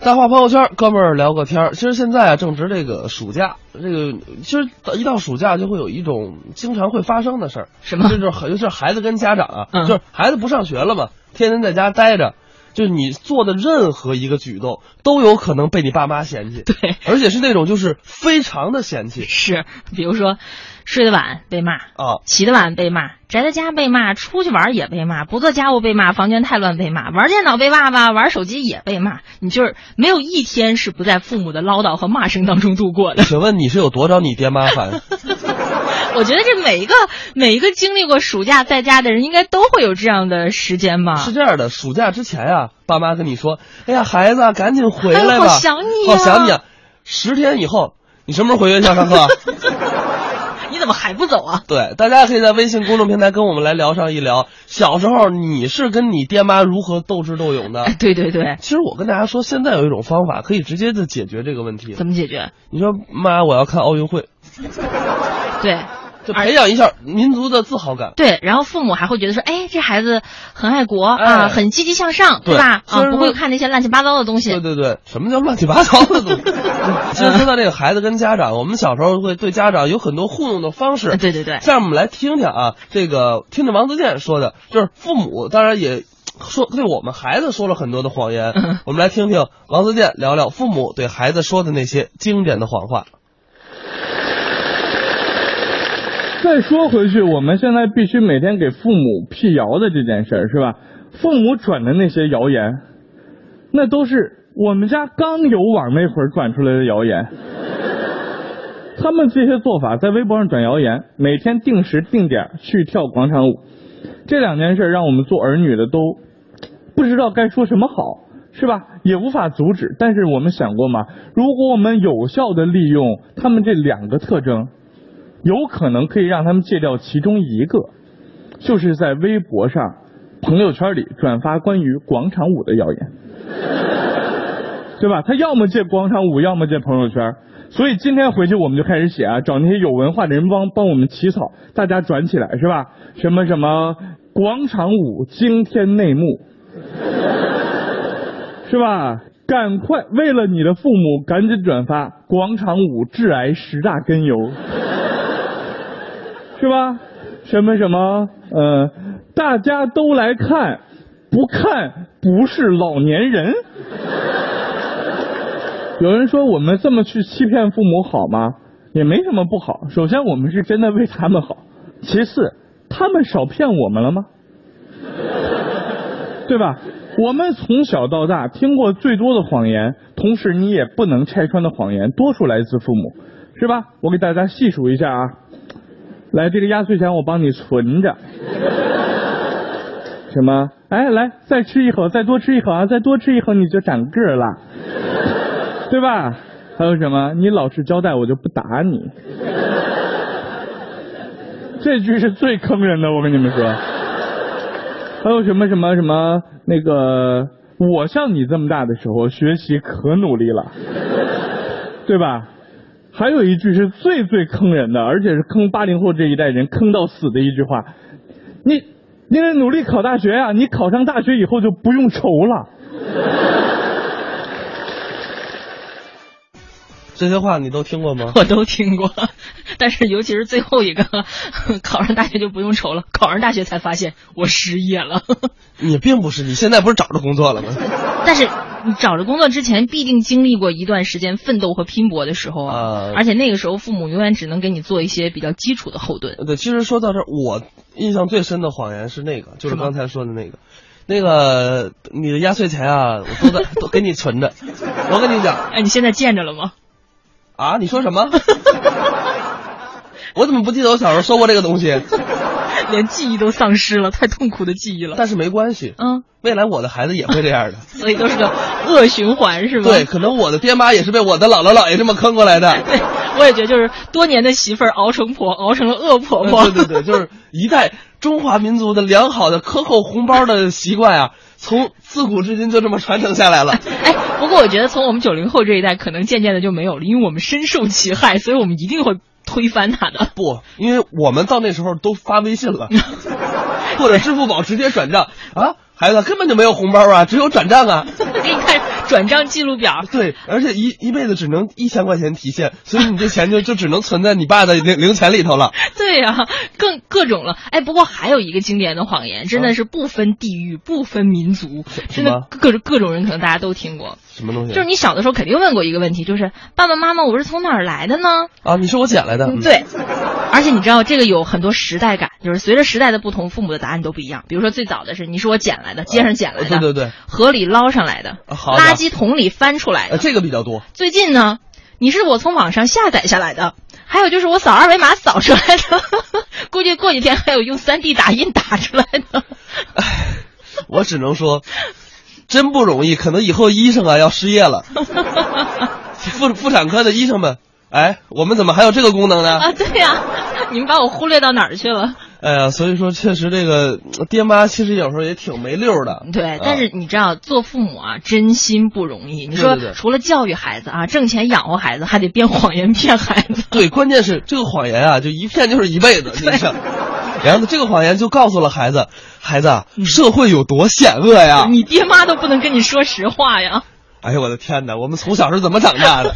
大话朋友圈，哥们儿聊个天儿。其实现在啊，正值这个暑假，这个其实一到暑假就会有一种经常会发生的事儿，什么这就是很就是孩子跟家长啊，嗯就是孩子不上学了嘛，天天在家待着，就是你做的任何一个举动都有可能被你爸妈嫌弃，对，而且是那种就是非常的嫌弃是，比如说睡得晚被骂，啊。起得晚被骂，宅在家被骂，出去玩也被骂，不做家务被骂，房间太乱被骂，玩电脑被骂吧，玩手机也被骂。你就是没有一天是不在父母的唠叨和骂声当中度过的。 请问你是有多找你爹妈烦？我觉得这每一个每一个经历过暑假在家的人，应该都会有这样的时间吧？是这样的，暑假之前啊，爸妈跟你说：“哎呀，孩子啊，赶紧回来哎吧，呦好想你好呀想你啊。”十天以后，你什么时候回学校上 课啊？你怎么还不走啊？对，大家可以在微信公众平台跟我们来聊上一聊，小时候你是跟你爹妈如何斗智斗勇的 哎？对对对，其实我跟大家说，现在有一种方法可以直接的解决这个问题。怎么解决？你说妈，我要看奥运会，对。就哎培养一下民族的自豪感。对，然后父母还会觉得说，哎，这孩子很爱国、哎啊，很积极向上，对吧？虽啊，然不说会看那些乱七八糟的东西。对对对，什么叫乱七八糟的 东西？其实说到这个孩子跟家长，我们小时候会对家长有很多糊弄的方式。对对对下面我们来听听啊，这个听听王自健说的，就是父母当然也说对我们孩子说了很多的谎言。嗯我们来听听王自健聊聊父母对孩子说的那些经典的谎话。再说回去，我们现在必须每天给父母辟谣的这件事儿，是吧？父母传的那些谣言，那都是我们家刚有网那会儿传出来的谣言。他们这些做法在微博上转谣言，每天定时定点去跳广场舞，这两件事让我们做儿女的都不知道该说什么好，是吧？也无法阻止。但是我们想过吗？如果我们有效的利用他们这两个特征，有可能可以让他们戒掉其中一个，就是在微博上、朋友圈里转发关于广场舞的谣言，对吧？他要么戒广场舞，要么戒朋友圈。所以今天回去我们就开始写啊，找那些有文化的人帮帮我们起草，大家转起来是吧？什么什么广场舞惊天内幕，是吧？赶快为了你的父母赶紧转发广场舞致癌十大根由。是吧？什么什么呃，大家都来看，不看不是老年人。 有人说我们这么去欺骗父母好吗？也没什么不好。首先，我们是真的为他们好；其次，他们少骗我们了吗？ 对吧？我们从小到大听过最多的谎言，同时你也不能拆穿的谎言，多数来自父母，是吧？我给大家细数一下啊。来，这个压岁钱我帮你存着。什么？哎，来，再吃一口，再多吃一口啊，再多吃一口你就长个儿了，对吧？还有什么？你老实交代，我就不打你。这句是最坑人的，我跟你们说。还有什么什么什么那个，我像你这么大的时候，学习可努力了，对吧？还有一句是最最坑人的，而且是坑八零后这一代人坑到死的一句话：你你得努力考大学呀、你考上大学以后就不用愁了。这些话你都听过吗？我都听过， 但是尤其是最后一个，考上大学就不用愁了。考上大学才发现我失 业了。你并不是，你现在不是找着工作了 吗？但是你找着工作之前，必定经历过一段时间奋斗和拼搏的时候啊而且那个时候，父母永远只能给你做一些比较基础的后盾。对，其实说到这儿，我印象最深的谎言是那个，就是是吗刚才说的那个，那个你的压岁钱啊，我都在都给你存 着。我跟你讲哎，你现在见着了 吗？啊，你说什么？ 我怎么不记得我小时候说过这个东西？连记忆都丧失了，太痛苦的记忆了。但是没关系，嗯，未来我的孩子也会这样的。所以都是个恶循环，是吗？对，可能我的爹妈也是被我的姥姥姥爷这么坑过来的。对，我也觉得就是多年的媳妇儿熬成婆，熬成了恶婆婆。对呃对对，就是一代中华民族的良好的克扣红包的习惯啊，从自古至今就这么传承下来了。 哎，不过我觉得从我们九零后这一代，可能渐渐的就没有了，因为我们深受其害，所以我们一定会推翻它的。 不，因为我们到那时候都发微信了，或者支付宝直接转账啊。孩子根本就没有红包啊，只有转账啊。我给你看转账记录表， 对，而且一一辈子只能一千块钱提现，所以你这钱就就只能存在你爸的零零钱里头了。对呀、更各种了。哎，不过还有一个经典的谎言，真的是不分地域、不分民族，真的啊么各种各种人可能大家都听过。什么东西？就是你小的时候肯定问过一个问题，就是爸爸妈妈，我是从哪儿来的呢？啊，你是我捡来的。嗯，对，而且你知道这个有很多时代感，就是随着时代的不同，父母的答案都不一样。比如说最早的是你是我捡来的，街上捡来的，哦对对对，河里捞上来的，啊好的垃圾桶里翻出来的。呃，这个比较多。 最近呢，你是我从网上下载下来的，还有就是我扫二维码扫出来的， 估计过几天还有用 3D 打印打出来的。我只能说，真不容易，可能以后医生啊要失业了。妇妇产科的医生们，哎，我们怎么还有这个功能呢？啊，对呀、你们把我忽略到哪儿去了？哎呀，所以说确实这个呃爹妈其实有时候也挺没溜儿的。对啊，但是你知道，做父母啊，真心不容易。你说对对对除了教育孩子啊，挣钱养活孩子，还得编谎言骗孩子。对，关键是这个谎言啊，就一骗就是一辈子。你想， 然后这个谎言就告诉了孩子，孩子啊，社会有多险恶呀！你爹妈都不能跟你说实话呀。哎呦我的天哪，我们从小是怎么长大的？